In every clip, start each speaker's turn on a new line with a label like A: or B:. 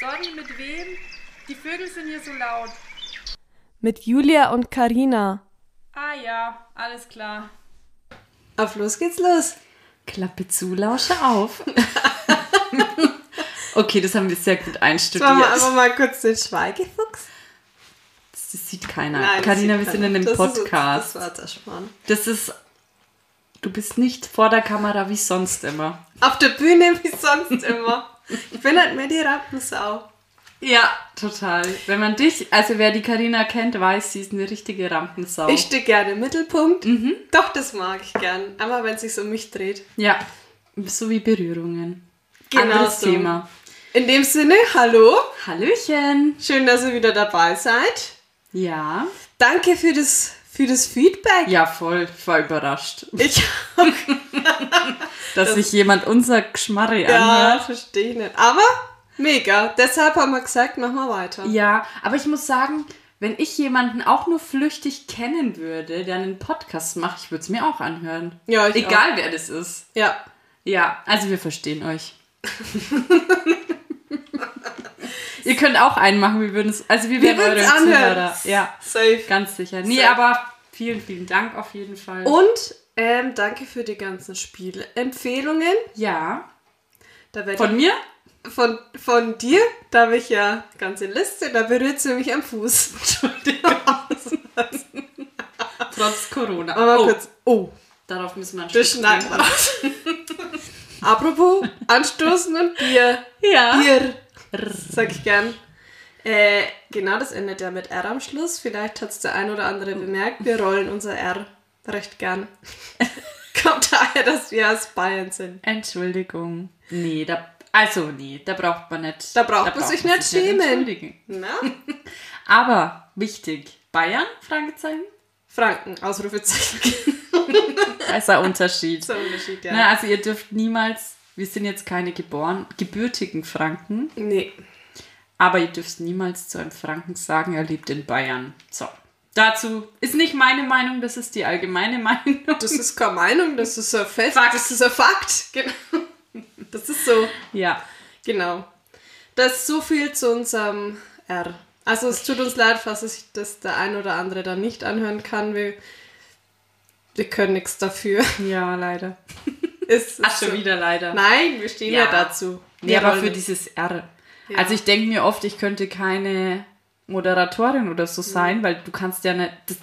A: Sorry, mit wem? Die Vögel sind hier so laut.
B: Mit Julia und Karina.
A: Ah ja, alles klar.
C: Auf los geht's los. Klappe zu, lausche auf. okay, das haben wir sehr gut einstudiert.
D: Machen wir einfach mal kurz den Schweigefuchs.
C: Das, das sieht keiner.
D: Nein, das
C: Ah, Karina,
D: sieht
C: wir sind
D: keiner.
C: in einem
D: Das ist-
C: Podcast.
D: Das war der Spahn.
C: das ist. Du bist nicht vor der Kamera wie sonst immer.
D: Auf der Bühne wie sonst immer. Ich bin halt mehr die Rampensau.
C: Ja, total. Wenn man dich, also wer die Karina kennt, weiß, sie ist eine richtige Rampensau.
D: Ich stehe gerne im Mittelpunkt.
C: Mhm.
D: Doch, das mag ich gern. Aber wenn es sich um mich dreht.
C: ja, so wie Berührungen.
D: Genau
C: Anderes
D: so.
C: Thema.
D: In dem Sinne, hallo.
C: Hallöchen.
D: Schön, dass ihr wieder dabei seid.
C: Ja.
D: Danke für das, für das Feedback.
C: Ja, voll. Ich war überrascht,
D: Ich
C: dass sich jemand unser Geschmarre
D: ja,
C: anhört.
D: verstehe ich nicht. Aber mega. Deshalb haben wir gesagt, machen wir weiter.
C: Ja, aber ich muss sagen, wenn ich jemanden auch nur flüchtig kennen würde, der einen Podcast macht, ich würde es mir auch anhören.
D: Ja, ich
C: Egal wer das ist.
D: Ja.
C: Ja, also wir verstehen euch. Ihr könnt auch einen machen, wir würden es. Also wir
D: Wir
C: wären
D: würden
C: eure
D: es anhören.
C: Zuhörer. Ja,
D: Safe.
C: ganz sicher. Nee,
D: Sehr-
C: aber vielen, vielen Dank auf jeden Fall.
D: Und ähm, danke für die ganzen Spielempfehlungen.
C: ja.
D: Da werd
C: Von mir?
D: ich, von, von dir, da habe ich ja ganze Liste, da berührt sie mich am Fuß. Entschuldigung.
C: Trotz Corona.
D: Aber
C: oh,
D: kurz. Oh,
C: darauf müssen wir ein
D: das
C: Stück
D: schneiden wir
C: trinken.
D: raus. Apropos Anstoßen und Bier.
C: Ja.
D: Bier. Sag ich gern. Äh, genau, das endet ja mit R am Schluss. Vielleicht hat es der ein oder andere bemerkt. Wir rollen unser R recht gern. Kommt daher, dass wir aus Bayern sind.
C: Entschuldigung. Nee, da, also nee, da braucht man nicht.
D: Da braucht man sich nicht schämen.
C: entschuldigen.
D: Na?
C: Aber wichtig, Bayern? Fragezeichen?
D: Franken, Ausrufezeichen.
C: Da ist ein Unterschied.
D: So ein Unterschied, ja.
C: Na, also ihr dürft niemals, wir sind jetzt keine geboren, gebürtigen Franken,
D: Nee.
C: aber ihr dürft niemals zu einem Franken sagen, er lebt in Bayern. So. Dazu ist nicht meine Meinung, das ist die allgemeine Meinung.
D: Das ist keine Meinung, das ist ein Fest.
C: Fakt.
D: Das ist ein Fakt. Genau. Das ist so.
C: Ja.
D: Genau. Das ist so viel zu unserem R. Also es tut uns leid, falls sich das der ein oder andere dann nicht anhören kann. Wir, wir können nichts dafür.
C: Ja, leider.
D: Es
C: Ach,
D: ist
C: schon
D: so.
C: wieder leider.
D: Nein, wir stehen ja,
C: Ja.
D: dazu.
C: Nee, aber
D: wollen
C: für
D: nicht.
C: dieses R. Also ich denke mir oft, ich könnte keine Moderatorin oder
D: Mhm.
C: so sein, weil du kannst ja nicht. Das,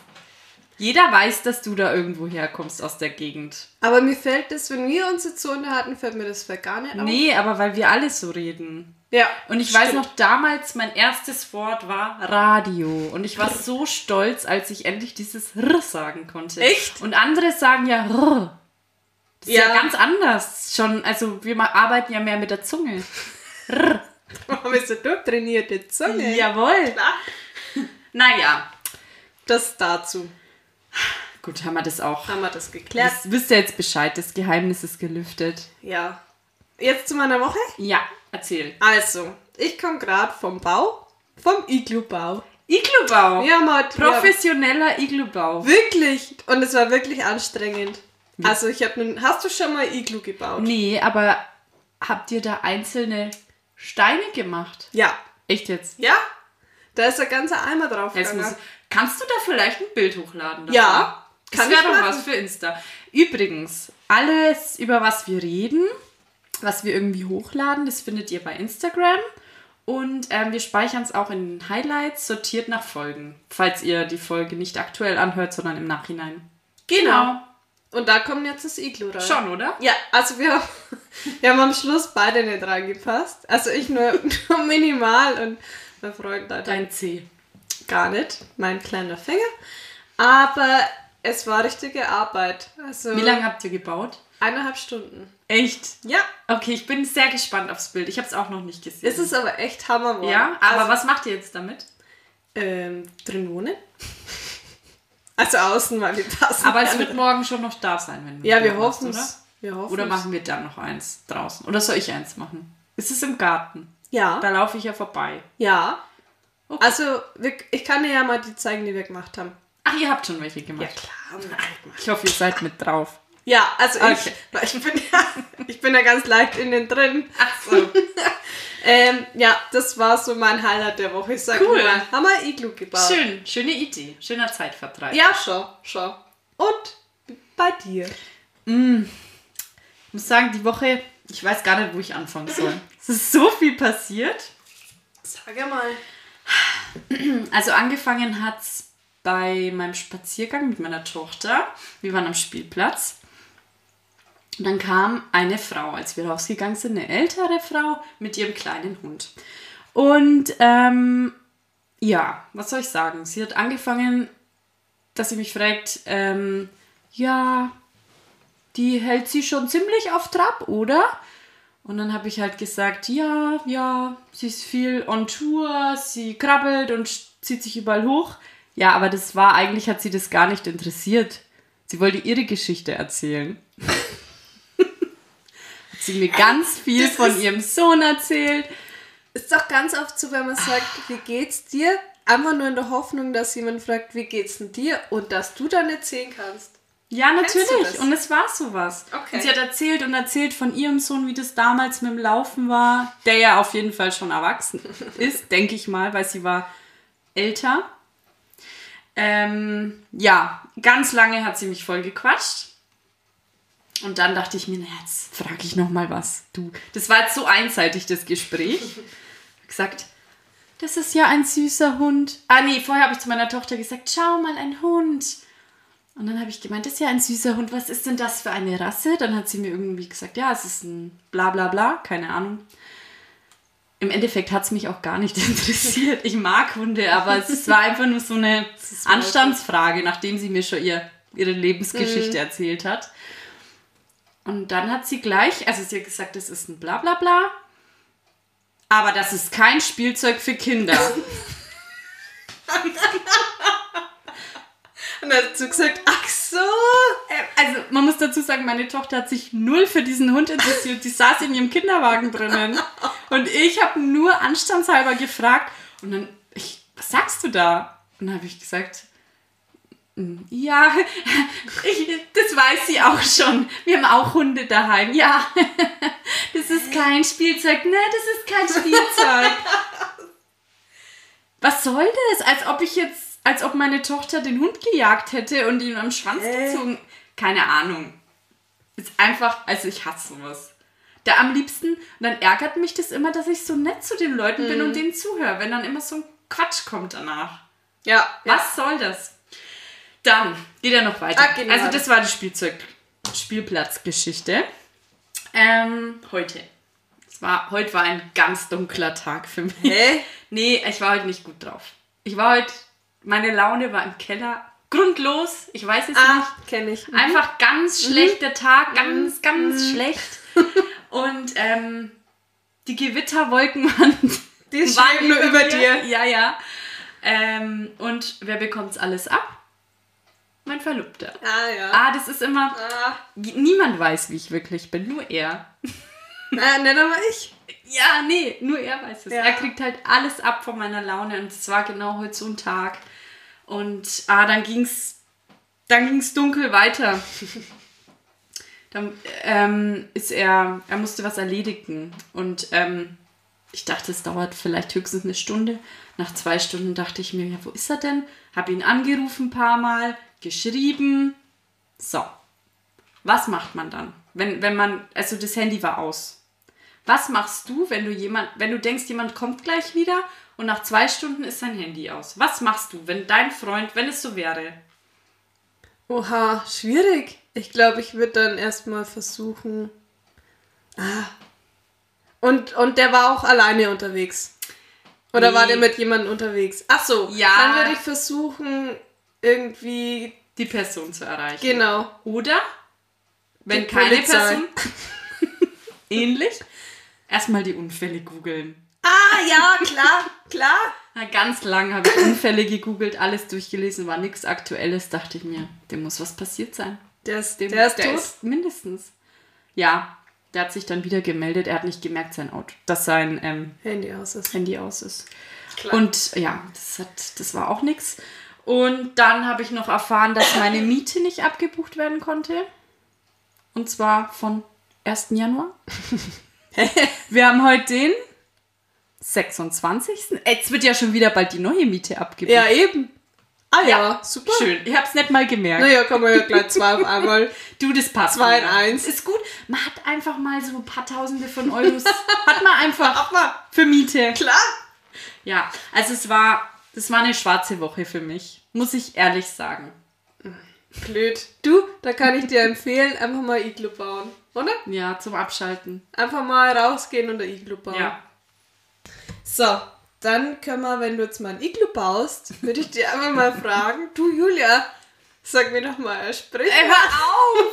C: jeder weiß, dass du da irgendwo herkommst aus der Gegend.
D: Aber mir fällt das, wenn wir uns jetzt so unterhalten, fällt mir das voll gar nicht auf.
C: Nee, aber weil wir alle so reden.
D: Ja.
C: Und ich weiß
D: stimmt.
C: noch, damals mein erstes Wort war Radio. Und ich war so stolz, als ich endlich dieses R sagen konnte.
D: Echt?
C: Und andere sagen ja R. Das ist ja,
D: Ja.
C: ganz anders. Schon, also wir ma- arbeiten ja mehr mit der Zunge.
D: Haben wir so durchtrainierte Zunge.
C: Jawohl.
D: Klar.
C: Naja.
D: Das dazu.
C: Gut, haben wir das auch.
D: Haben wir das geklärt.
C: Das wisst ihr jetzt Bescheid, das Geheimnis ist gelüftet.
D: Ja. Jetzt zu meiner Woche.
C: Ja, erzähl.
D: Also, ich komme gerade vom Bau, vom Iglu-Bau.
C: Iglubau.
D: Wir haben heute
C: Professioneller
D: wir
C: Iglubau.
D: haben- wirklich und es war wirklich anstrengend. Also, ich habe nun hast du schon mal Iglu gebaut?
C: Nee, aber habt ihr da einzelne Steine gemacht?
D: Ja.
C: Echt jetzt?
D: Ja? Da ist ein ganzer Eimer drauf.
C: jetzt
D: gegangen.
C: muss, kannst du da vielleicht ein Bild hochladen? davon?
D: Ja,
C: Das
D: kann
C: wäre
D: ich
C: doch
D: machen.
C: was für Insta. Übrigens, alles, über was wir reden, was wir irgendwie hochladen, das findet ihr bei Instagram. Und ähm, wir speichern es auch in Highlights, sortiert nach Folgen, falls ihr die Folge nicht aktuell anhört, sondern im Nachhinein.
D: Genau. und da kommt jetzt das Iglu rein.
C: Schon, oder?
D: Ja, also wir haben, wir haben am Schluss beide nicht reingepasst. Also ich nur, nur minimal und mein Freund leider
C: Dein C.
D: gar nicht, mein kleiner Finger. Aber es war richtige Arbeit. Also
C: Wie lange habt ihr gebaut?
D: Eineinhalb Stunden.
C: Echt?
D: Ja,
C: Okay, ich bin sehr gespannt aufs Bild. Ich habe es auch noch nicht gesehen.
D: es ist aber echt Hammer geworden.
C: ja, aber
D: also,
C: was macht ihr jetzt damit?
D: Ähm, drin wohnen? Also außen, weil wir passen.
C: Aber es wird morgen schon noch da sein, wenn
D: ja, wir
C: Video machst,
D: hoffen es. Wir hoffen
C: Oder machen wir dann noch eins draußen? Oder soll ich eins machen? Ist es im Garten? Da
D: Ja,
C: laufe ich ja vorbei.
D: ja.
C: Okay.
D: Also, wir, ich kann dir ja mal die zeigen, die wir gemacht haben.
C: Ach, ihr habt schon welche gemacht.
D: klar.
C: Ich hoffe, ihr seid mit drauf.
D: Ja, also
C: Okay. Ah.
D: ich, ich, bin ja, ich bin ja ganz leicht innen drin.
C: Ach so.
D: Ähm, ja, das war so mein Highlight der Woche. Ich sag
C: Cool.
D: mal, haben wir Iglu gebaut.
C: Schön, schöne Idee, schöner Zeitvertreib.
D: Ja, schon, schon. Und bei dir.
C: Ich muss sagen, die Woche, ich weiß gar nicht, wo ich anfangen soll. Es ist so viel passiert.
D: Sag mal.
C: Also angefangen hat's bei meinem Spaziergang mit meiner Tochter. Wir waren am Spielplatz. Und dann kam eine Frau, als wir rausgegangen sind, eine ältere Frau mit ihrem kleinen Hund. Und ähm, ja, was soll ich sagen? Sie hat angefangen, dass sie mich fragt, ähm, ja, die hält sie schon ziemlich auf Trab, oder? Und dann habe ich halt gesagt, ja, ja, sie ist viel on Tour, sie krabbelt und sch- zieht sich überall hoch. Ja, aber das war, eigentlich hat sie das gar nicht interessiert. Sie wollte ihre Geschichte erzählen. hat sie mir ganz viel
D: Das
C: von
D: ist-
C: ihrem Sohn erzählt.
D: Ist doch ganz oft so, wenn man sagt, wie geht's dir? Einfach nur in der Hoffnung, dass jemand fragt, wie geht's denn dir? Und dass du dann erzählen kannst.
C: Ja,
D: Kennst du
C: natürlich.
D: das?
C: Und es war sowas.
D: Okay.
C: Und sie hat erzählt und erzählt von ihrem Sohn, wie das damals mit dem Laufen war, der ja auf jeden Fall schon erwachsen ist, denke ich mal, weil sie war älter. Ähm, ja, ganz lange hat sie mich voll gequatscht. Und dann dachte ich mir, na, jetzt frage ich noch mal was. Du, das war jetzt so einseitig, das Gespräch. Ich hab gesagt, das ist ja ein süßer Hund. Ah, nee, vorher habe ich zu meiner Tochter gesagt, schau mal, ein Hund. Und dann habe ich gemeint, das ist ja ein süßer Hund. Was ist denn das für eine Rasse? Dann hat sie mir irgendwie gesagt, ja, es ist ein bla bla bla, keine Ahnung. Im Endeffekt hat es mich auch gar nicht interessiert. Ich mag Hunde, aber es war einfach nur so eine Anstandsfrage, nachdem sie mir schon ihr, ihre Lebensgeschichte erzählt hat. Und dann hat sie gleich, also sie hat gesagt, das ist ein bla bla bla. Aber das ist kein Spielzeug für Kinder.
D: Und dann hast du gesagt, ach so.
C: Äh, also man muss dazu sagen, meine Tochter hat sich null für diesen Hund interessiert. Die saß in ihrem Kinderwagen drinnen. Und ich habe nur anstandshalber gefragt. Und dann, ich, was sagst du da? Und dann habe ich gesagt, "Mm, ja, ich, das weiß sie auch schon. Wir haben auch Hunde daheim. Ja, das ist kein Spielzeug. Ne, das ist kein Spielzeug. Was soll das? Als ob ich jetzt, als ob meine Tochter den Hund gejagt hätte und ihn am Schwanz gezogen. Keine Ahnung. Ist einfach, also ich hasse sowas. Da am liebsten, und dann ärgert mich das immer, dass ich so nett zu den Leuten bin
D: Hm.
C: und denen zuhöre, wenn dann immer so ein Quatsch kommt danach.
D: Ja,
C: Was soll das? Dann geht er noch weiter.
D: Ah, genau.
C: Also das war die Spielzeug Spielplatzgeschichte. Ähm, heute. Es war, heute war ein ganz dunkler Tag für mich.
D: Hä?
C: Nee, ich war heute nicht gut drauf. Ich war heute, meine Laune war im Keller. Grundlos, ich weiß es
D: Ah, Mhm.
C: nicht.
D: kenne ich.
C: Einfach ganz schlechter Tag,
D: Mhm.
C: ganz, ganz schlecht. Und ähm, die Gewitterwolken waren
D: Die
C: waren
D: schweben nur über dir.
C: Ja, ja. Ähm, und wer bekommt's alles ab? Mein Verlobter.
D: Ah ja.
C: Ah, das ist immer.
D: Ah.
C: Niemand weiß, wie ich wirklich bin, nur er.
D: Ah, nenn aber ich.
C: Ja, nee, nur er weiß es.
D: Ja.
C: Er kriegt halt alles ab von meiner Laune und es war genau heute so ein Tag. Und ah, dann ging's, dann ging's dunkel weiter. dann ähm, ist er, er musste was erledigen und ähm, ich dachte, es dauert vielleicht höchstens eine Stunde. Nach zwei Stunden dachte ich mir, ja, wo ist er denn? Hab ihn angerufen ein paar Mal, geschrieben. So, was macht man dann, wenn wenn man, also das Handy war aus. Was machst du, wenn du jemand, wenn du denkst, jemand kommt gleich wieder und nach zwei Stunden ist sein Handy aus? Was machst du, wenn dein Freund, wenn es so wäre?
D: Oha, schwierig. Ich glaube, ich würde dann erstmal versuchen. Ah. Und, und der war auch alleine unterwegs. Oder war
C: Nee.
D: der mit jemandem unterwegs? Ach so.
C: Ja.
D: Dann würde ich versuchen, irgendwie.
C: Die Person zu erreichen.
D: Genau.
C: Oder wenn
D: Die
C: keine
D: Polizei.
C: Person ähnlich, erstmal die Unfälle googeln.
D: Ah, ja, klar, klar.
C: Na, ganz lang habe ich Unfälle gegoogelt, alles durchgelesen, war nichts Aktuelles, dachte ich mir, dem muss was passiert sein.
D: Der ist,
C: Dem,
D: der ist tot.
C: Ist mindestens. Ja, der hat sich dann wieder gemeldet, er hat nicht gemerkt, sein Auto, dass sein ähm,
D: Handy aus ist.
C: Handy aus ist. Und ja, das, hat, das war auch nichts. Und dann habe ich noch erfahren, dass meine Miete nicht abgebucht werden konnte. Und zwar von 1. Januar. Wir haben heute den 26. Jetzt wird ja schon wieder bald die neue Miete abgegeben.
D: Ja, eben. Ah ja, super.
C: Schön. Ich hab's nicht mal gemerkt.
D: Naja, kann man ja gleich zwei auf einmal.
C: Du, das passt.
D: Zwei in
C: mir.
D: eins.
C: Ist gut. Man hat einfach mal so ein paar Tausende von Euros. hat man einfach für Miete.
D: Klar.
C: Ja, also es war, das war eine schwarze Woche für mich. Muss ich ehrlich sagen.
D: Blöd. Du, da kann ich dir empfehlen, einfach mal Iglu bauen, oder?
C: Ja, zum Abschalten.
D: Einfach mal rausgehen und ein Iglu bauen.
C: Ja.
D: So, dann können wir, wenn du jetzt mal ein Iglu baust, würde ich dir einfach mal fragen, du Julia, sag mir doch mal, sprich.
C: Ey, hör auf!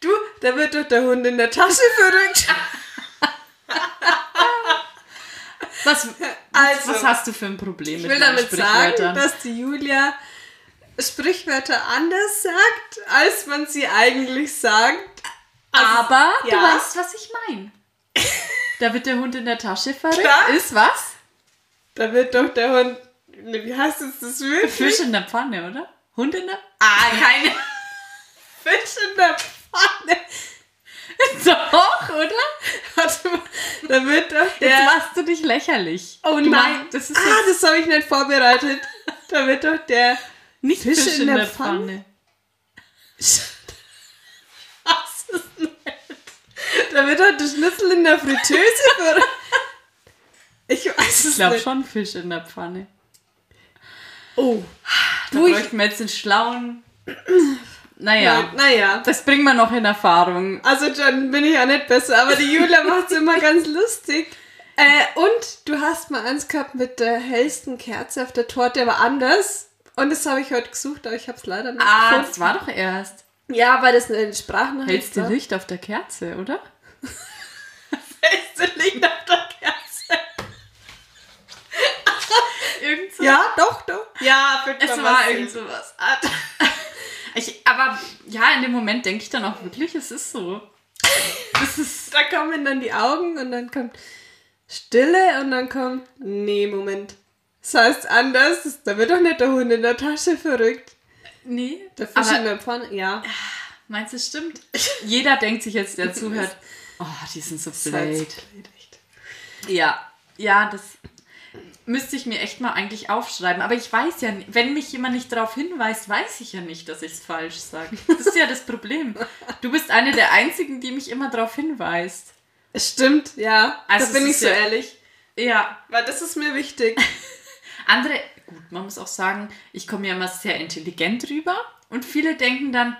D: Du, da wird doch der Hund in der Tasche verrückt.
C: Was,
D: Also,
C: was hast du für ein Problem
D: Ich
C: mit
D: will
C: meinen
D: damit sagen,
C: Sprichwörtern?
D: dass die Julia Sprichwörter anders sagt, als man sie eigentlich sagt.
C: Aber du
D: Ja.
C: weißt, was ich meine. Da wird der Hund in der Tasche verrückt.
D: Klar.
C: Ist was?
D: Da wird doch der Hund. Ne, Wie heißt es das wirklich?
C: Fisch in der Pfanne, oder? Hund in der Ah, keine.
D: Fisch in der Pfanne.
C: Doch, oder?
D: Warte mal. Da wird doch der.
C: Jetzt machst du dich lächerlich.
D: oh
C: Du
D: nein.
C: machst- Das ist
D: ah, das
C: jetzt
D: habe ich nicht vorbereitet. Da wird doch der.
C: nicht Fisch, in, der, Pfanne.
D: Was ist nicht? Da wird doch der Schnitzel in der Fritteuse verrückt. Ich weiß
C: Ich
D: es
C: glaube
D: nicht.
C: schon Fisch in der Pfanne.
D: Oh.
C: Da
D: Du, ich-
C: bräuchten wir jetzt einen schlauen. Naja,
D: Nein, naja.
C: das bringen wir noch in Erfahrung.
D: Also dann bin ich ja nicht besser, aber die Julia macht es immer ganz lustig. Äh, und du hast mal eins gehabt mit der hellsten Kerze auf der Torte, der war anders. Und das habe ich heute gesucht, aber ich habe es leider nicht
C: Ah,
D: gefunden.
C: das war doch erst.
D: Ja, weil das eine Sprachnachricht
C: Hältst du
D: war.
C: Licht auf der Kerze, oder?
D: Hellste Licht auf der Kerze.
C: Irgend so.
D: Ja, doch, doch. Ja,
C: Es war irgend sowas. Ah, da- Ich, aber ja, in dem Moment denke ich dann auch wirklich, es ist so.
D: Das ist, da kommen dann die Augen und dann kommt Stille und dann kommt, nee, Moment. Das heißt anders, das, da wird doch nicht der Hund in der Tasche verrückt.
C: Nee,
D: Der Fisch in
C: aber
D: der Pfanne, ja.
C: meinst du, es stimmt? Jeder denkt sich jetzt, der zuhört, oh, die sind so blöd.
D: Blöd.
C: halt- Ja, ja, das müsste ich mir echt mal eigentlich aufschreiben. Aber ich weiß ja, nie- wenn mich jemand nicht darauf hinweist, weiß ich ja nicht, dass ich es falsch sage. Das ist ja das Problem. Du bist eine der Einzigen, die mich immer darauf hinweist.
D: Es stimmt, ja.
C: Also
D: da
C: es
D: bin ich
C: ist
D: so
C: ja-
D: ehrlich.
C: Ja,
D: Weil das ist mir wichtig.
C: andere, gut, man muss auch sagen, ich komme ja immer sehr intelligent rüber und viele denken dann,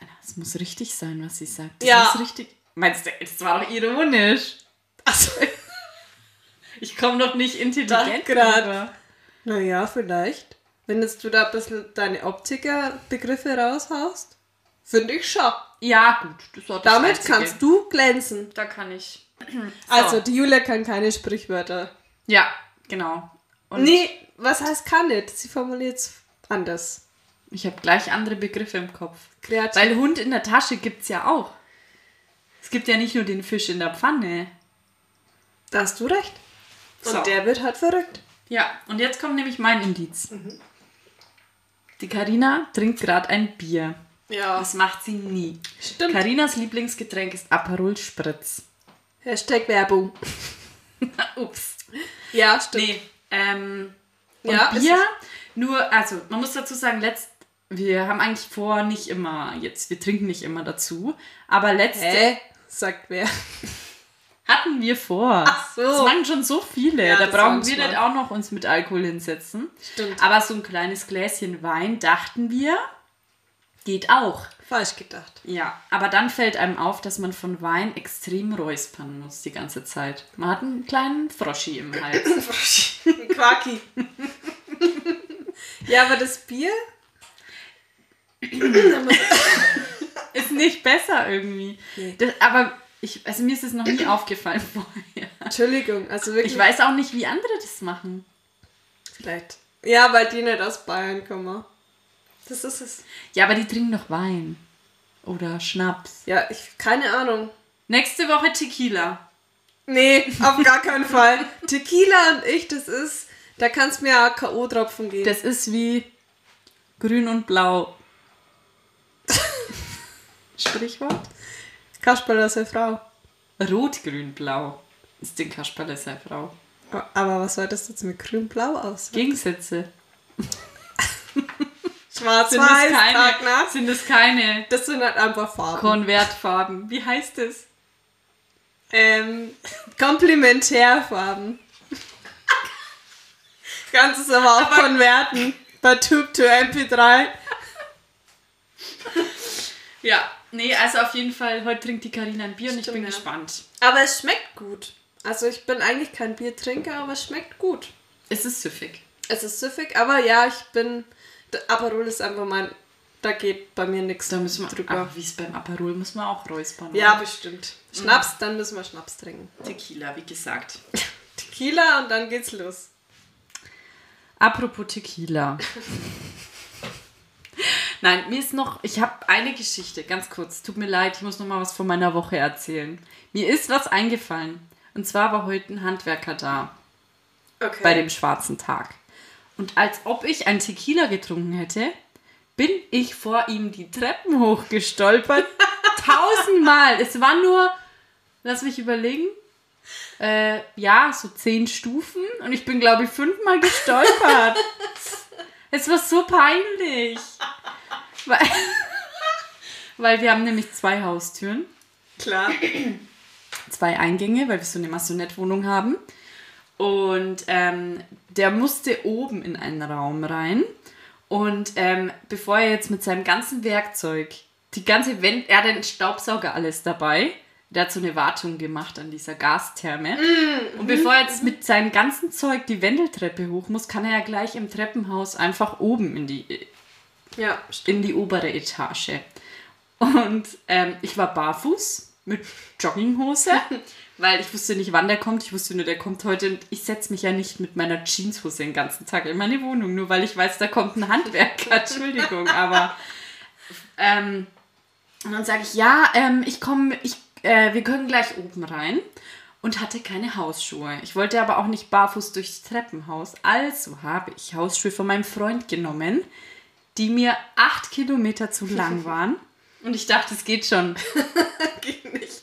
C: "Na, es muss richtig sein, was sie sagt. Das
D: Ja.
C: muss richtig. Meinst du, das war doch ironisch.
D: Also,
C: Ich komme doch nicht
D: Dachte
C: intelligent
D: grad.
C: rüber.
D: naja, vielleicht. Wenn jetzt du da ein bisschen deine Optikerbegriffe raushaust, finde ich schon.
C: Ja, gut, das war das
D: Damit
C: Einzige.
D: kannst du glänzen.
C: Da kann ich.
D: Also, die Julia kann keine Sprichwörter.
C: Ja, genau. Und
D: nee, was heißt kann nicht? Sie formuliert es anders.
C: ich habe gleich andere Begriffe im Kopf.
D: Kreativ.
C: Weil Hund in der Tasche gibt es ja auch. Es gibt ja nicht nur den Fisch in der Pfanne.
D: da hast du recht. Und
C: So.
D: der wird halt verrückt.
C: Ja, und jetzt kommt nämlich mein Indiz.
D: Mhm.
C: Die Karina trinkt gerade ein Bier.
D: Ja.
C: Das macht sie nie.
D: Stimmt.
C: Karinas Lieblingsgetränk ist Aperol Spritz.
D: Hashtag Werbung. Ah,
C: Ups.
D: Ja, stimmt.
C: Nee, ähm, Und
D: ja, es
C: Bier, nur, also man muss dazu sagen, letzt, wir haben eigentlich vor, nicht immer jetzt, wir trinken nicht immer dazu, aber letzte
D: Ist, hä? Sagt wer.
C: hatten wir vor.
D: Ach so.
C: Das machen schon so viele,
D: Ja,
C: da
D: das
C: brauchen
D: waren's
C: wir
D: mal.
C: nicht auch noch uns mit Alkohol hinsetzen.
D: Stimmt.
C: Aber so ein kleines Gläschen Wein, dachten wir, geht auch.
D: Falsch gedacht.
C: Ja, aber dann fällt einem auf, dass man von Wein extrem räuspern muss die ganze Zeit. Man hat einen kleinen Froschi im Hals.
D: Ein Quaki. ja, aber das Bier?
C: ist nicht besser irgendwie.
D: Nee.
C: Das, aber ich, also mir ist es noch nie aufgefallen vorher.
D: Entschuldigung, also wirklich.
C: Ich weiß auch nicht, wie andere das machen.
D: Vielleicht. Ja, weil die nicht aus Bayern kommen. Das ist es.
C: Ja, aber die trinken doch Wein. Oder Schnaps.
D: Ja, ich, keine Ahnung.
C: Nächste Woche Tequila.
D: Nee, auf gar keinen Fall. Tequila und ich, das ist, da kannst mir ja K.O.-Tropfen geben.
C: Das ist wie grün und blau. Sprichwort?
D: Kasperl ist eine Frau.
C: Rot, grün, blau. Ist den Kasperle sei Frau.
D: Aber was soll das jetzt mit grün-blau aus?
C: Gegensätze. Sind es
D: Schwarz-weiß, Tag
C: keine,
D: nach.
C: sind es keine
D: Das sind halt einfach Farben.
C: Konvertfarben? Wie heißt es?
D: ähm, Komplementärfarben. Kannst es aber auch konverten. Bei Tube to MP3.
C: Ja, nee, also auf jeden Fall, heute trinkt die Karina ein Bier und ich bin
D: ja.
C: gespannt.
D: Aber es schmeckt gut. Also ich bin eigentlich kein Biertrinker, aber es schmeckt gut.
C: Es ist süffig.
D: Es ist süffig, aber ja, ich bin... D- Aperol ist einfach mein... Da geht bei mir nichts
C: Da müssen wir
D: drüber.
C: drüber. Wie es beim Aperol muss man auch räuspern.
D: Ja,
C: oder?
D: bestimmt.
C: Mhm.
D: Schnaps, dann müssen wir Schnaps trinken.
C: Tequila, wie gesagt.
D: Tequila und dann geht's los.
C: Apropos Tequila. Nein, mir ist noch, ich habe eine Geschichte, ganz kurz. Tut mir leid, ich muss noch mal was von meiner Woche erzählen. Mir ist was eingefallen. Und zwar war heute ein Handwerker da.
D: Okay.
C: bei dem schwarzen Tag. Und als ob ich ein Tequila getrunken hätte, bin ich vor ihm die Treppen hochgestolpert. Tausendmal. Es waren nur, lass mich überlegen, äh, ja, so zehn Stufen. Und ich bin, glaube ich, fünfmal gestolpert. es war so peinlich. Weil, weil wir haben nämlich zwei Haustüren
D: Klar.
C: zwei Eingänge, weil wir so eine Masonettwohnung haben. Und ähm, der musste oben in einen Raum rein. Und ähm, bevor er jetzt mit seinem ganzen Werkzeug, die ganze Wand, er hat einen Staubsauger alles dabei. Der hat so eine Wartung gemacht an dieser Gastherme. Und bevor er jetzt mit seinem ganzen Zeug die Wendeltreppe hoch muss, kann er ja gleich im Treppenhaus einfach oben in die,
D: Ja,
C: in die obere Etage. Und ähm, ich war barfuß mit Jogginghose, weil ich wusste nicht, wann der kommt. Ich wusste nur, der kommt heute. Und ich setze mich ja nicht mit meiner Jeanshose den ganzen Tag in meine Wohnung, nur weil ich weiß, da kommt ein Handwerker. Entschuldigung, aber. Ähm, und dann sage ich, ja, ähm, ich komme, ich, äh, wir können gleich oben rein. Und hatte keine Hausschuhe. Ich wollte aber auch nicht barfuß durchs Treppenhaus. Also habe ich Hausschuhe von meinem Freund genommen die mir acht Kilometer zu lang waren. Und ich dachte, es geht schon.
D: geht nicht.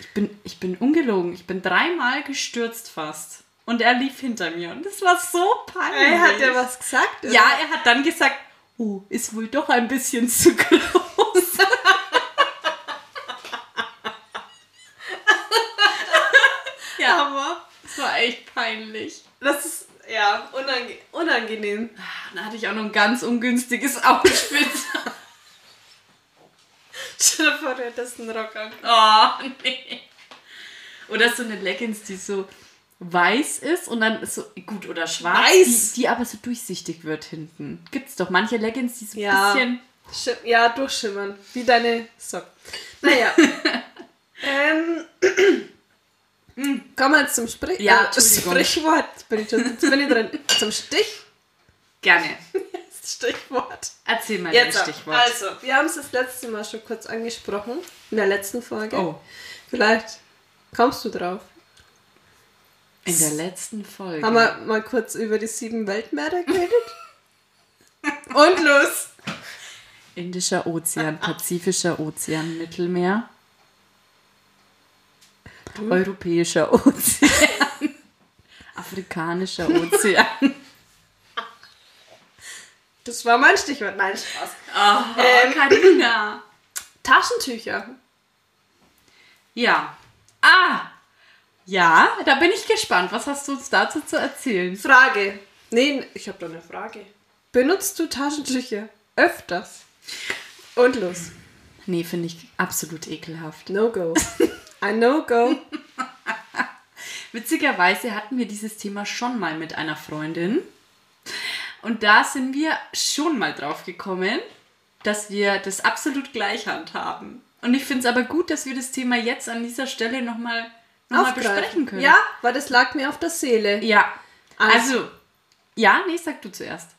C: Ich bin, ich bin ungelogen. Ich bin dreimal gestürzt fast. Und er lief hinter mir. Und das war so peinlich.
D: Ey, hat der was gesagt? oder?
C: Ja, er hat dann gesagt, oh, ist wohl doch ein bisschen zu groß. ja,
D: Aber
C: das war echt peinlich.
D: das ist ja unange unangenehm.
C: Dann hatte ich auch noch ein ganz ungünstiges Outfit.
D: Stell dir vor, du hättest einen Rock an.
C: Oh, nee. Oder so eine Leggings, die so weiß ist und dann so, gut, oder schwarz,
D: Weiß?
C: Die, die aber so durchsichtig wird hinten. Gibt's doch manche Leggings, die so ein
D: Ja.
C: bisschen...
D: Schim- Ja, durchschimmern. Wie deine Socken. Naja. ähm. Mm, Kommen wir jetzt zum Sprich
C: Ja,
D: äh, zum
C: Entschuldigung.
D: Sprichwort. Jetzt bin ich, schon, jetzt bin ich drin. Zum Stich
C: Gerne.
D: Stichwort.
C: Erzähl mal
D: Jetzt
C: dein
D: Stichwort.
C: Stichwort.
D: Also, wir haben es das letzte Mal schon kurz angesprochen. In der letzten Folge.
C: Oh,
D: Vielleicht kommst du drauf.
C: in der letzten Folge.
D: Haben wir mal kurz über die sieben Weltmeere geredet? Und los!
C: Indischer
D: Ah,
C: Ozean, Pazifischer Ozean, Mittelmeer.
D: Hm?
C: Europäischer Ozean. Afrikanischer Ozean.
D: Das war mein Stichwort. Nein, Spaß.
C: Oh,
D: Ähm.
C: Karina.
D: Taschentücher.
C: Ja. Ah! Ja, da bin ich gespannt. Was hast du uns dazu zu erzählen?
D: Frage. Nee, ich habe da eine Frage. Benutzt du Taschentücher öfters? Und los.
C: Nee, finde ich absolut ekelhaft.
D: No-Go. Ein No-Go.
C: Witzigerweise hatten wir dieses Thema schon mal mit einer Freundin. Und da sind wir schon mal drauf gekommen, dass wir das absolut gleich handhaben. Und ich finde es aber gut, dass wir das Thema jetzt an dieser Stelle nochmal noch mal
D: Aufgreifen.
C: besprechen können.
D: Ja, weil das lag mir auf der Seele.
C: Ja.
D: Also-
C: Also, ja, nee, sag du zuerst.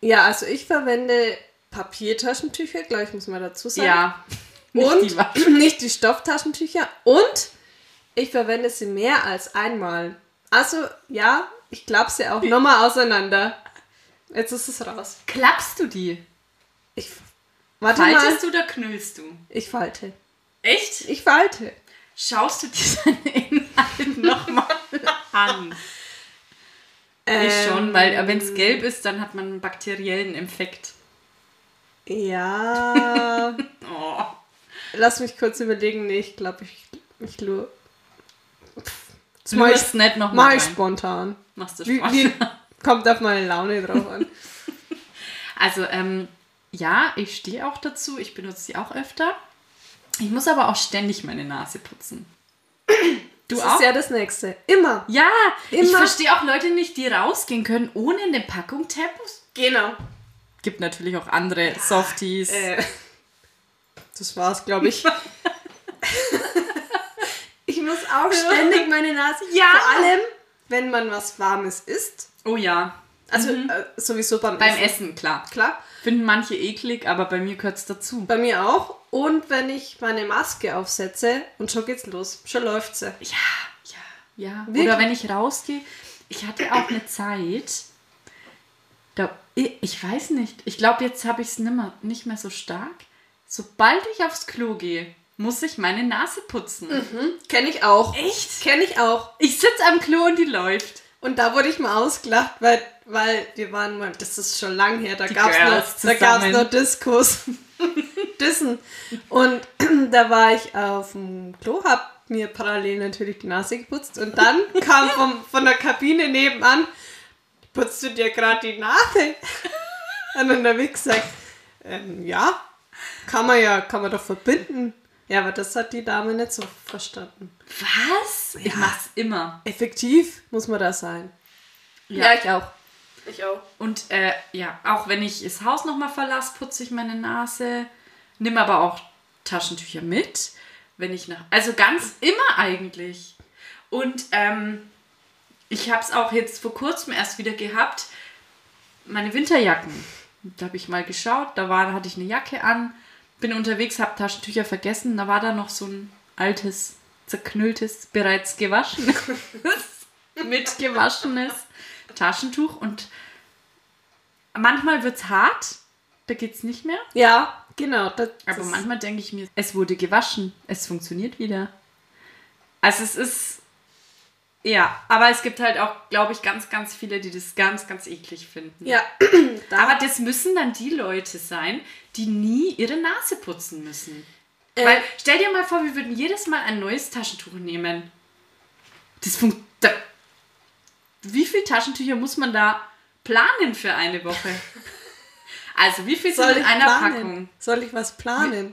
D: Ja, also ich verwende Papiertaschentücher, gleich muss man dazu sagen.
C: Ja.
D: und
C: Nicht die Wasch-
D: nicht die Stofftaschentücher und ich verwende sie mehr als einmal. Also ja, ich klappe sie auch nochmal auseinander. Jetzt ist es raus.
C: Klappst du die?
D: Ich warte mal.
C: Faltest du oder knüllst du?
D: Ich falte.
C: Echt?
D: Ich falte.
C: Schaust du dir seine Inhalte nochmal an?
D: Ähm,
C: Ich schon, weil wenn es gelb ist, dann hat man einen bakteriellen Infekt.
D: Ja.
C: Oh.
D: Lass mich kurz überlegen. Nee, ich glaube, ich, ich lu- Pff, Das mach
C: Mach
D: ich,
C: es nicht
D: mach
C: nochmal.
D: ich spontan.
C: Machst du
D: Wie,
C: Spaß.
D: wie, kommt auf meine Laune drauf an.
C: Also, ähm, ja, ich stehe auch dazu. Ich benutze sie auch öfter. Ich muss aber auch ständig meine Nase putzen. Du
D: das
C: auch?
D: ist ja das nächste. Immer.
C: ja, ich
D: Immer.
C: verstehe auch Leute nicht, die rausgehen können ohne eine Packung Tempus.
D: Genau.
C: Gibt natürlich auch andere Softies.
D: Äh, das war's, glaube ich. ich muss auch ständig meine Nase.
C: Ja.
D: Vor allem, wenn man was Warmes isst.
C: Oh ja,
D: Also äh, sowieso beim,
C: beim
D: Essen.
C: Essen, klar.
D: Klar.
C: Finden manche eklig, aber bei mir gehört es dazu.
D: Bei mir auch. Und wenn ich meine Maske aufsetze und schon geht's los. Schon läuft sie.
C: Ja, ja, ja.
D: Wirklich?
C: Oder wenn ich rausgehe. Ich hatte auch eine Zeit, da, ich, ich weiß nicht, ich glaube, jetzt habe ich es nicht mehr so stark. Sobald ich aufs Klo gehe, muss ich meine Nase putzen.
D: Kenne ich auch.
C: Echt?
D: Kenne ich auch.
C: Ich sitze am Klo und die läuft.
D: Und da wurde ich mal ausgelacht, weil, weil wir waren mal, das ist schon lang her, da
C: Die
D: gab's
C: Girls
D: noch, da gab's
C: zusammen.
D: noch Diskos. Dissen. Und da war ich auf dem Klo, hab mir parallel natürlich die Nase geputzt und dann kam vom, von der Kabine nebenan, putzt du dir gerade die Nase? Und dann habe ich gesagt, ähm, ja, kann man ja, kann man doch verbinden. Ja, aber das hat die Dame nicht so verstanden.
C: Was? Ich mach's immer.
D: Effektiv muss man da sein.
C: Ja.
D: ich auch.
A: Ich auch.
C: Und äh, ja, auch wenn ich das Haus nochmal verlasse, putze ich meine Nase. Nimm aber auch Taschentücher mit, wenn ich nach. Also ganz immer eigentlich. Und ähm, ich habe es auch jetzt vor kurzem erst wieder gehabt. Meine Winterjacken. Da habe ich mal geschaut. Da war, hatte ich eine Jacke an. Bin unterwegs, habe Taschentücher vergessen. Da war da noch so ein altes, zerknülltes, bereits gewaschenes, mitgewaschenes Taschentuch. Und manchmal wird es hart. Da geht es nicht mehr.
D: Ja, genau. Das,
C: Aber
D: das-
C: manchmal denke ich mir, es wurde gewaschen, es funktioniert wieder. Also es ist, ja, aber es gibt halt auch, glaube ich, ganz, ganz viele, die das ganz, ganz eklig finden.
D: Ja,
C: Aber das müssen dann die Leute sein, die nie ihre Nase putzen müssen.
D: Äh.
C: Weil stell dir mal vor, wir würden jedes Mal ein neues Taschentuch nehmen. Das funkt. Da, wie viele Taschentücher muss man da planen für eine Woche? Also wie viel
D: soll
C: sind
D: ich
C: in einer
D: planen?
C: Packung?
D: Soll ich was planen?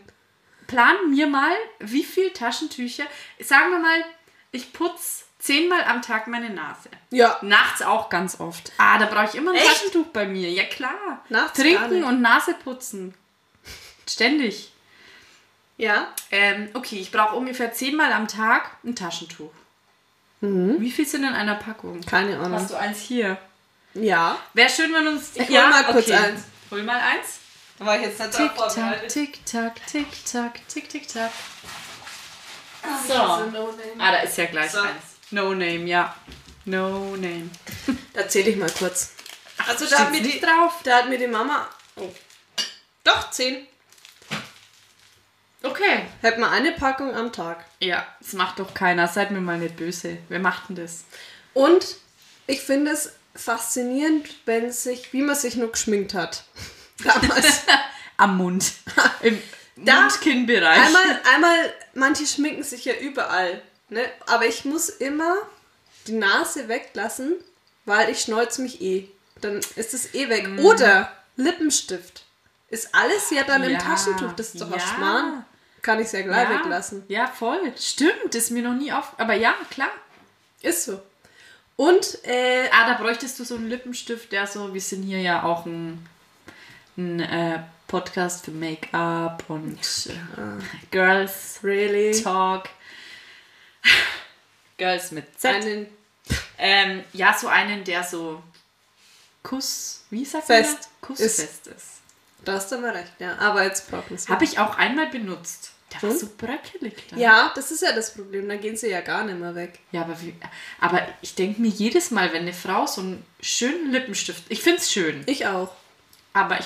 C: plan mir mal, wie viel Taschentücher. Sagen wir mal, ich putze zehnmal am Tag meine Nase.
D: Ja.
C: Nachts auch ganz oft. Ah, da brauche ich immer ein
D: Echt?
C: Taschentuch bei mir. Ja, klar.
D: Nachts gar
C: Trinken
D: nicht.
C: und Nase putzen. Ständig.
D: Ja.
C: Ähm, okay, ich brauche ungefähr zehnmal am Tag ein Taschentuch. Wie viel sind in einer Packung?
D: Keine Ahnung.
C: Mhm. Hast du eins hier?
D: Ja.
C: Wäre schön, wenn uns die.
D: Ich hol mal kurz eins.
C: Hol mal eins.
D: Da war ich jetzt nicht
C: Tick, tack, tick, tack, tick, tack, tick, tick, tack. So. Ah, da ist ja gleich
D: So.
C: eins. No Name, ja. No Name.
D: Da zähle ich mal kurz. Also
C: steht's nicht drauf?
D: Da hat mir die Mama. Oh. Doch, zehn.
C: Okay.
D: Hätten wir eine Packung am Tag.
C: Ja, das macht doch keiner. Seid mir mal nicht böse. Wer macht denn das?
D: Und ich finde es faszinierend, wenn sich, wie man sich nur geschminkt hat. Damals.
C: Am Mund. Im
D: Da-
C: Mund-Kinn-Bereich.
D: Einmal, einmal, manche schminken sich ja überall, ne? Aber ich muss immer die Nase weglassen, weil ich schneuze mich eh. Dann ist es eh weg. Oder Lippenstift. Ist alles ja dann
C: Ja,
D: im Taschentuch. Das ist doch
C: ja.
D: ein Schmarrn. Kann ich ja gleich weglassen.
C: Ja, voll. Stimmt, ist mir noch nie auf. Aber ja, klar.
D: Ist so. Und, äh,
C: Ah, da bräuchtest du so einen Lippenstift, der so, wir sind hier ja auch ein, ein äh, Podcast für Make-up und äh, Girls
D: really?
C: Talk. Girls mit Z.
D: Einen
C: Ähm, ja, so einen, der so Kuss, wie sagt man?
D: Fest.
C: da? Kussfest ist.
D: da hast du mal recht, ja. Aber jetzt brauchen sie.
C: Habe ich auch einmal benutzt. Der war
D: Hm?
C: so bröckelig. Dann.
D: Ja, das ist ja das Problem. Dann gehen sie ja gar nicht mehr weg.
C: Ja, aber, wie, aber ich denke mir jedes Mal, wenn eine Frau so einen schönen Lippenstift, ich finde es schön,
D: Ich auch.
C: aber ich,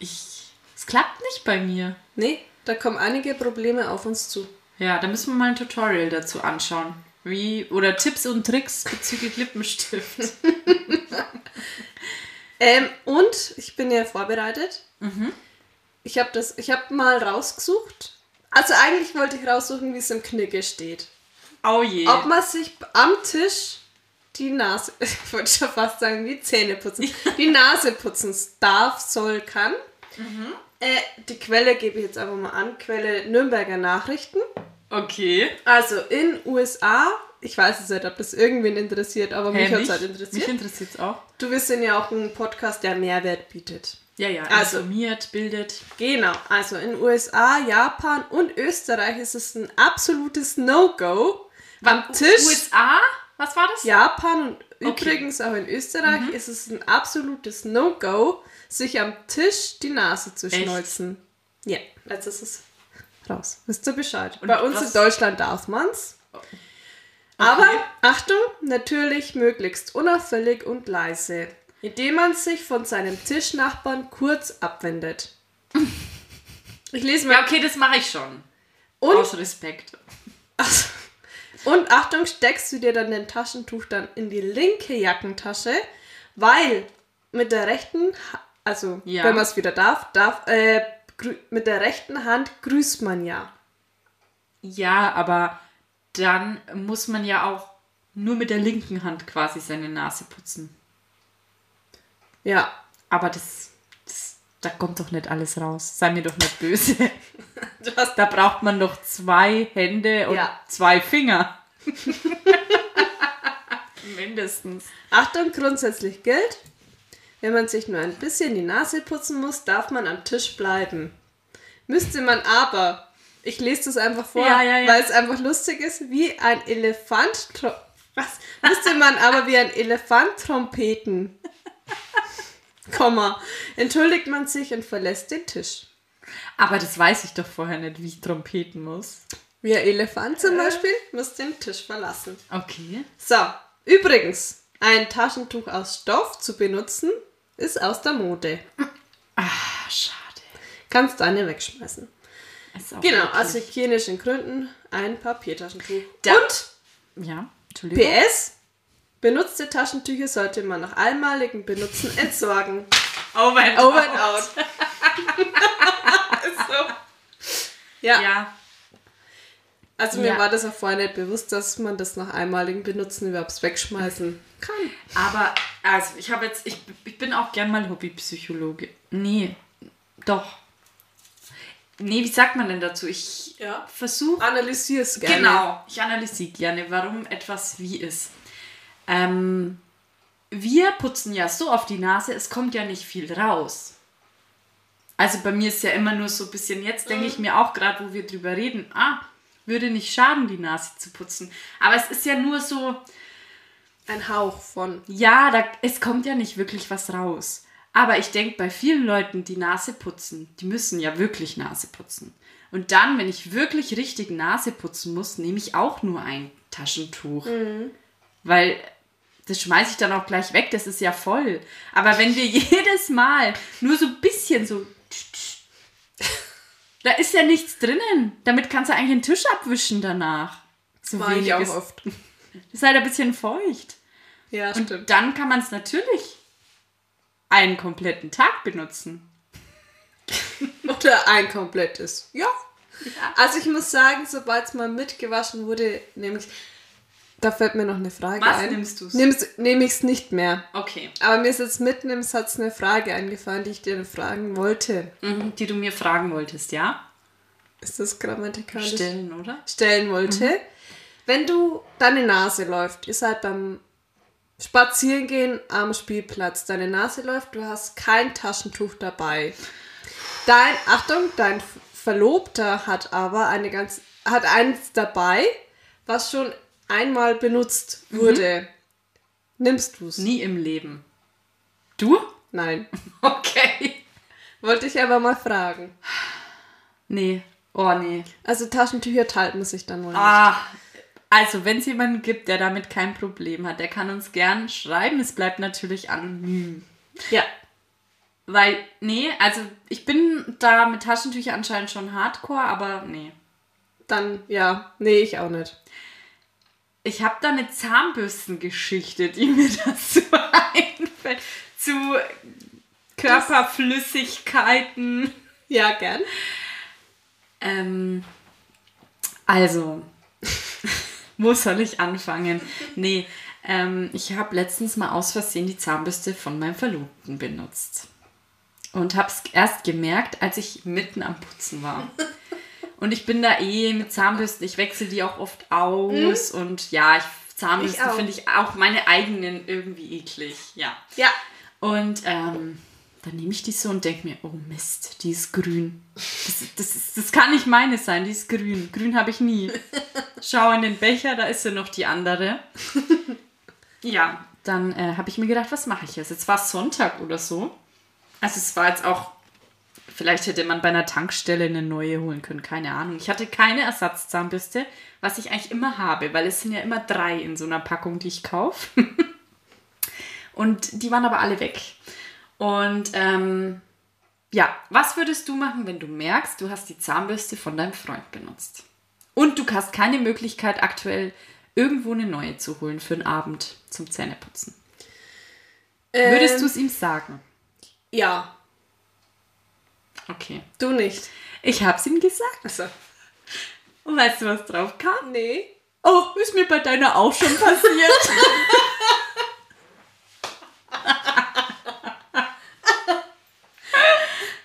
C: ich, es klappt nicht bei mir.
D: Nee, da kommen einige Probleme auf uns zu.
C: Ja, da müssen wir mal ein Tutorial dazu anschauen. Wie, oder Tipps und Tricks bezüglich Lippenstift.
D: Ähm, und ich bin ja vorbereitet. Ich habe das, ich habe mal rausgesucht. Also eigentlich wollte ich raussuchen, wie es im Knigge steht.
C: Oh je.
D: Ob man sich am Tisch die Nase, ich wollte schon fast sagen, die Zähne putzen, die Nase putzen darf, soll, kann. Äh, die Quelle gebe ich jetzt einfach mal an, Quelle Nürnberger Nachrichten.
C: Okay.
D: Also in USA, ich weiß es nicht, ob das irgendwen interessiert, aber mich hat es halt
C: Mich
D: interessiert.
C: interessiert es auch.
D: Du bist ja auch ein Podcast, der Mehrwert bietet.
C: Ja, ja.
D: Also-
C: Informiert, bildet.
D: Genau, also in USA, Japan und Österreich ist es ein absolutes No-Go. Am Tisch,
C: USA? Was war das?
D: Japan und
C: Okay. Mhm.
D: übrigens auch in Österreich ist es ein absolutes No-Go, sich am Tisch die Nase zu
C: Echt?
D: schneuzen. Ja, jetzt ist es raus. Wisst ihr Bescheid?
C: Und
D: Bei uns
C: was-
D: in Deutschland darf man's. Aber Achtung, natürlich möglichst unauffällig und leise, indem man sich von seinem Tischnachbarn kurz abwendet. Ich lese mal
C: Ja, okay, das mache ich schon.
D: Und-
C: Aus Respekt.
D: Also, Und Achtung, steckst du dir dann den Taschentuch dann in die linke Jackentasche, weil mit der rechten, Ha- also
C: Ja.
D: wenn man es wieder darf, darf äh, grü- mit der rechten Hand grüßt man ja.
C: Ja, aber dann muss man ja auch nur mit der linken Hand quasi seine Nase putzen.
D: Ja,
C: Aber das, das da kommt doch nicht alles raus. Sei mir doch nicht böse. da braucht man doch zwei Hände und
D: Ja.
C: zwei Finger. Mindestens.
D: Achtung, grundsätzlich gilt, wenn man sich nur ein bisschen die Nase putzen muss, darf man am Tisch bleiben. Müsste man aber, ich lese das einfach vor,
C: Ja, ja, ja.
D: weil es einfach lustig ist, wie ein Elefant. tro- Was? Müsste man aber wie ein Elefant trompeten. Komma. Entschuldigt man sich und verlässt den Tisch.
C: Aber das weiß ich doch vorher nicht, wie ich trompeten muss.
D: Wie ein Elefant zum Beispiel muss den Tisch verlassen.
C: Okay.
D: So, übrigens, ein Taschentuch aus Stoff zu benutzen, ist aus der Mode.
C: Ach, schade.
D: Kannst deine wegschmeißen.
C: Ist auch
D: Genau,
C: okay.
D: aus hygienischen Gründen ein Papiertaschentuch.
C: Da-
D: Und
C: Ja, Entschuldigung.
D: PS, benutzte Taschentücher sollte man nach einmaligem Benutzen entsorgen.
C: Over and
D: Over and out. Ist so. Ja,
C: Ja.
D: also mir
C: Ja.
D: war das auch vorher nicht bewusst, dass man das nach einmaligem Benutzen überhaupt wegschmeißen kann.
C: Aber, also, ich habe jetzt, ich, ich bin auch gern mal Hobbypsychologe. Nee, doch. Nee, wie sagt man denn dazu? Ich
D: Ja.
C: versuche.
D: Analysier es gerne.
C: Genau, ich analysiere gerne, warum etwas wie ist. Ähm, wir putzen ja so auf die Nase, es kommt ja nicht viel raus. Also bei mir ist ja immer nur so ein bisschen, jetzt denke
D: Mhm.
C: ich mir auch gerade, wo wir drüber reden, ah, würde nicht schaden, die Nase zu putzen. Aber es ist ja nur so,
D: Ein Hauch von.
C: ja, da, es kommt ja nicht wirklich was raus. Aber ich denke, bei vielen Leuten, die Nase putzen, die müssen ja wirklich Nase putzen. Und dann, wenn ich wirklich richtig Nase putzen muss, nehme ich auch nur ein Taschentuch. Weil das schmeiße ich dann auch gleich weg, das ist ja voll. Aber wenn wir jedes Mal nur so ein bisschen so. tsch, tsch, Da ist ja nichts drinnen. Damit kannst du eigentlich den Tisch abwischen danach. So
D: Mach ich
C: wenig
D: auch
C: ist-
D: oft.
C: Ist halt ein bisschen feucht.
D: Ja,
C: Und
D: stimmt.
C: dann kann man es natürlich einen kompletten Tag benutzen.
D: Oder ein komplettes. Ja. Also ich muss sagen, sobald es mal mitgewaschen wurde, nehme ich. Da fällt mir noch eine Frage
C: Was
D: ein.
C: nimmst du's?
D: Nimm's, nehme ich es nicht mehr.
C: Okay.
D: Aber mir ist jetzt mitten im Satz eine Frage eingefallen, die ich dir fragen wollte.
C: Mhm, die du mir fragen wolltest, ja?
D: Ist das grammatikalisch?
C: Stellen, oder?
D: Stellen wollte.
C: Mhm.
D: Wenn du deine Nase läuft, ihr seid beim Spazierengehen am Spielplatz, deine Nase läuft, du hast kein Taschentuch dabei. Dein, Achtung, dein Verlobter hat aber eine ganz, hat eins dabei, was schon einmal benutzt wurde. Nimmst du's?
C: Mhm. Nie im Leben. Du?
D: Nein.
C: Okay.
D: Wollte ich aber mal fragen.
C: Nee. Oh, nee.
D: Also Taschentücher teilt man sich dann wohl nicht.
C: Ah. Also, wenn es jemanden gibt, der damit kein Problem hat, der kann uns gern schreiben. Es bleibt natürlich anonym.
D: Ja.
C: Weil, nee, also ich bin da mit Taschentücher anscheinend schon hardcore, aber nee.
D: Dann, ja. Nee, ich auch nicht.
C: Ich habe da eine Zahnbürstengeschichte, die mir dazu einfällt. Zu Körperflüssigkeiten.
D: Ja, gern.
C: Ähm, also, wo soll ich anfangen? Nee, ähm, ich habe letztens mal aus Versehen die Zahnbürste von meinem Verlobten benutzt. Und habe es erst gemerkt, als ich mitten am Putzen war. Und ich bin da eh mit Zahnbürsten, ich wechsle die auch oft aus. Und ja, ich,
D: Mhm. Ich
C: Zahnbürsten
D: auch.
C: finde ich auch meine eigenen irgendwie eklig. Ja.
D: Ja.
C: Und ähm, dann nehme ich die so und denke mir, oh Mist, die ist grün. Das, das, ist, das kann nicht meine sein, die ist grün. Grün habe ich nie. Schau in den Becher, da ist ja noch die andere. Ja, dann äh, habe ich mir gedacht, was mache ich jetzt? Jetzt war es Sonntag oder so. Also es war jetzt auch, vielleicht hätte man bei einer Tankstelle eine neue holen können, keine Ahnung. Ich hatte keine Ersatzzahnbürste, was ich eigentlich immer habe, weil es sind ja immer drei in so einer Packung, die ich kaufe. Und die waren aber alle weg. Und ähm, ja, was würdest du machen, wenn du merkst, du hast die Zahnbürste von deinem Freund benutzt? Und du hast keine Möglichkeit, aktuell irgendwo eine neue zu holen für den Abend zum Zähneputzen. Würdest du es ihm sagen?
D: ähm, Ja,
C: Okay.
D: du nicht.
C: Ich hab's ihm gesagt.
D: Also,
C: Und weißt du, was drauf kam?
D: nee.
C: Oh, ist mir bei deiner auch schon passiert.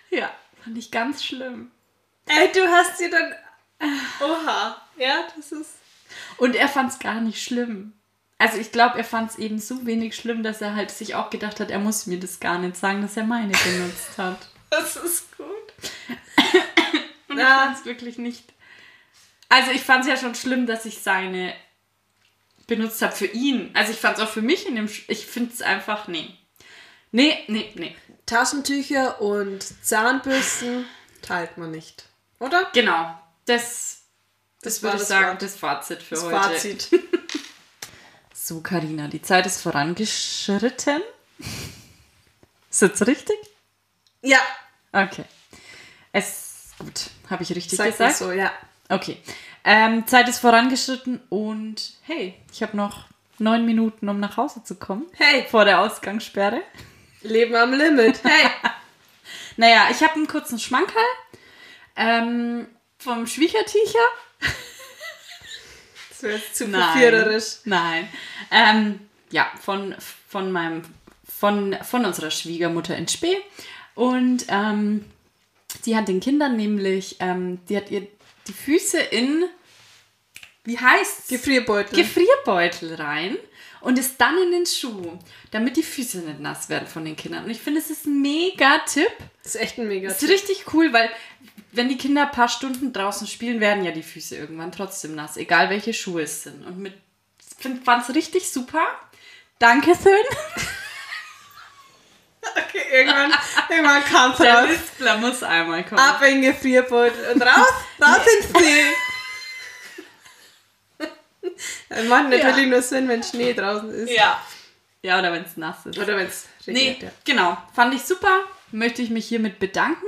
C: ja, fand ich ganz schlimm.
D: Ey, Äh, du hast sie dann. Oha. Ja, das ist.
C: Und er fand es gar nicht schlimm. Also ich glaube, er fand es eben so wenig schlimm, dass er halt sich auch gedacht hat, er muss mir das gar nicht sagen, dass er meine benutzt hat.
D: Das ist gut.
C: Und ich fand es wirklich nicht. Also ich fand es ja schon schlimm, dass ich seine benutzt habe für ihn. Also ich fand es auch für mich in dem... Sch ich finde es einfach... Nee. Nee, nee, nee.
D: Taschentücher und Zahnbürsten teilt man nicht. Oder?
C: Genau. Das, das,
D: war
C: würde ich
D: das
C: sagen,
D: Fazit.
C: das Fazit für
D: Das
C: heute.
D: Fazit.
C: So, Karina, die Zeit ist vorangeschritten. Ist jetzt richtig?
D: Ja,
C: Okay. Es gut, habe ich richtig
D: sag
C: gesagt.
D: das so, ja.
C: Okay. Ähm, Zeit ist vorangeschritten und hey, ich habe noch neun Minuten, um nach Hause zu kommen.
D: Hey.
C: Vor der Ausgangssperre.
D: Leben am Limit. Hey.
C: Naja, ich habe einen kurzen Schmankerl ähm, vom Schwiegertiecher.
D: Das wäre jetzt zu verführerisch.
C: Nein. Ähm, ja, von, von meinem, von, von unserer Schwiegermutter in Spee. Und ähm, die hat den Kindern nämlich, ähm, die hat ihr die Füße in, wie heißt
D: Gefrierbeutel.
C: Gefrierbeutel rein und es dann in den Schuh, damit die Füße nicht nass werden von den Kindern. Und ich finde, es ist ein mega Tipp.
D: das ist echt ein mega
C: Das ist richtig cool, weil wenn die Kinder ein paar Stunden draußen spielen, werden ja die Füße irgendwann trotzdem nass, egal welche Schuhe es sind. Und mit fand es richtig super. Danke schön.
D: Okay, irgendwann, irgendwann kam es
C: Der
D: raus.
C: Listler muss einmal kommen.
D: Ab in den Gefrierbeutel und raus, raus ins See. Das macht Äh, natürlich nur Sinn, wenn Schnee draußen ist.
C: ja. Ja, oder wenn es nass ist.
D: Oder wenn es
C: Nee,
D: regnet. Ja.
C: genau. Fand ich super. Möchte ich mich hiermit bedanken.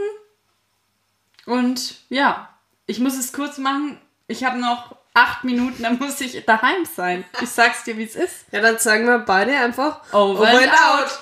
C: Und ja, ich muss es kurz machen. Ich habe noch acht Minuten, dann muss ich daheim sein. Ich sag's dir, wie es ist.
D: ja, dann sagen wir beide einfach
C: Over and out.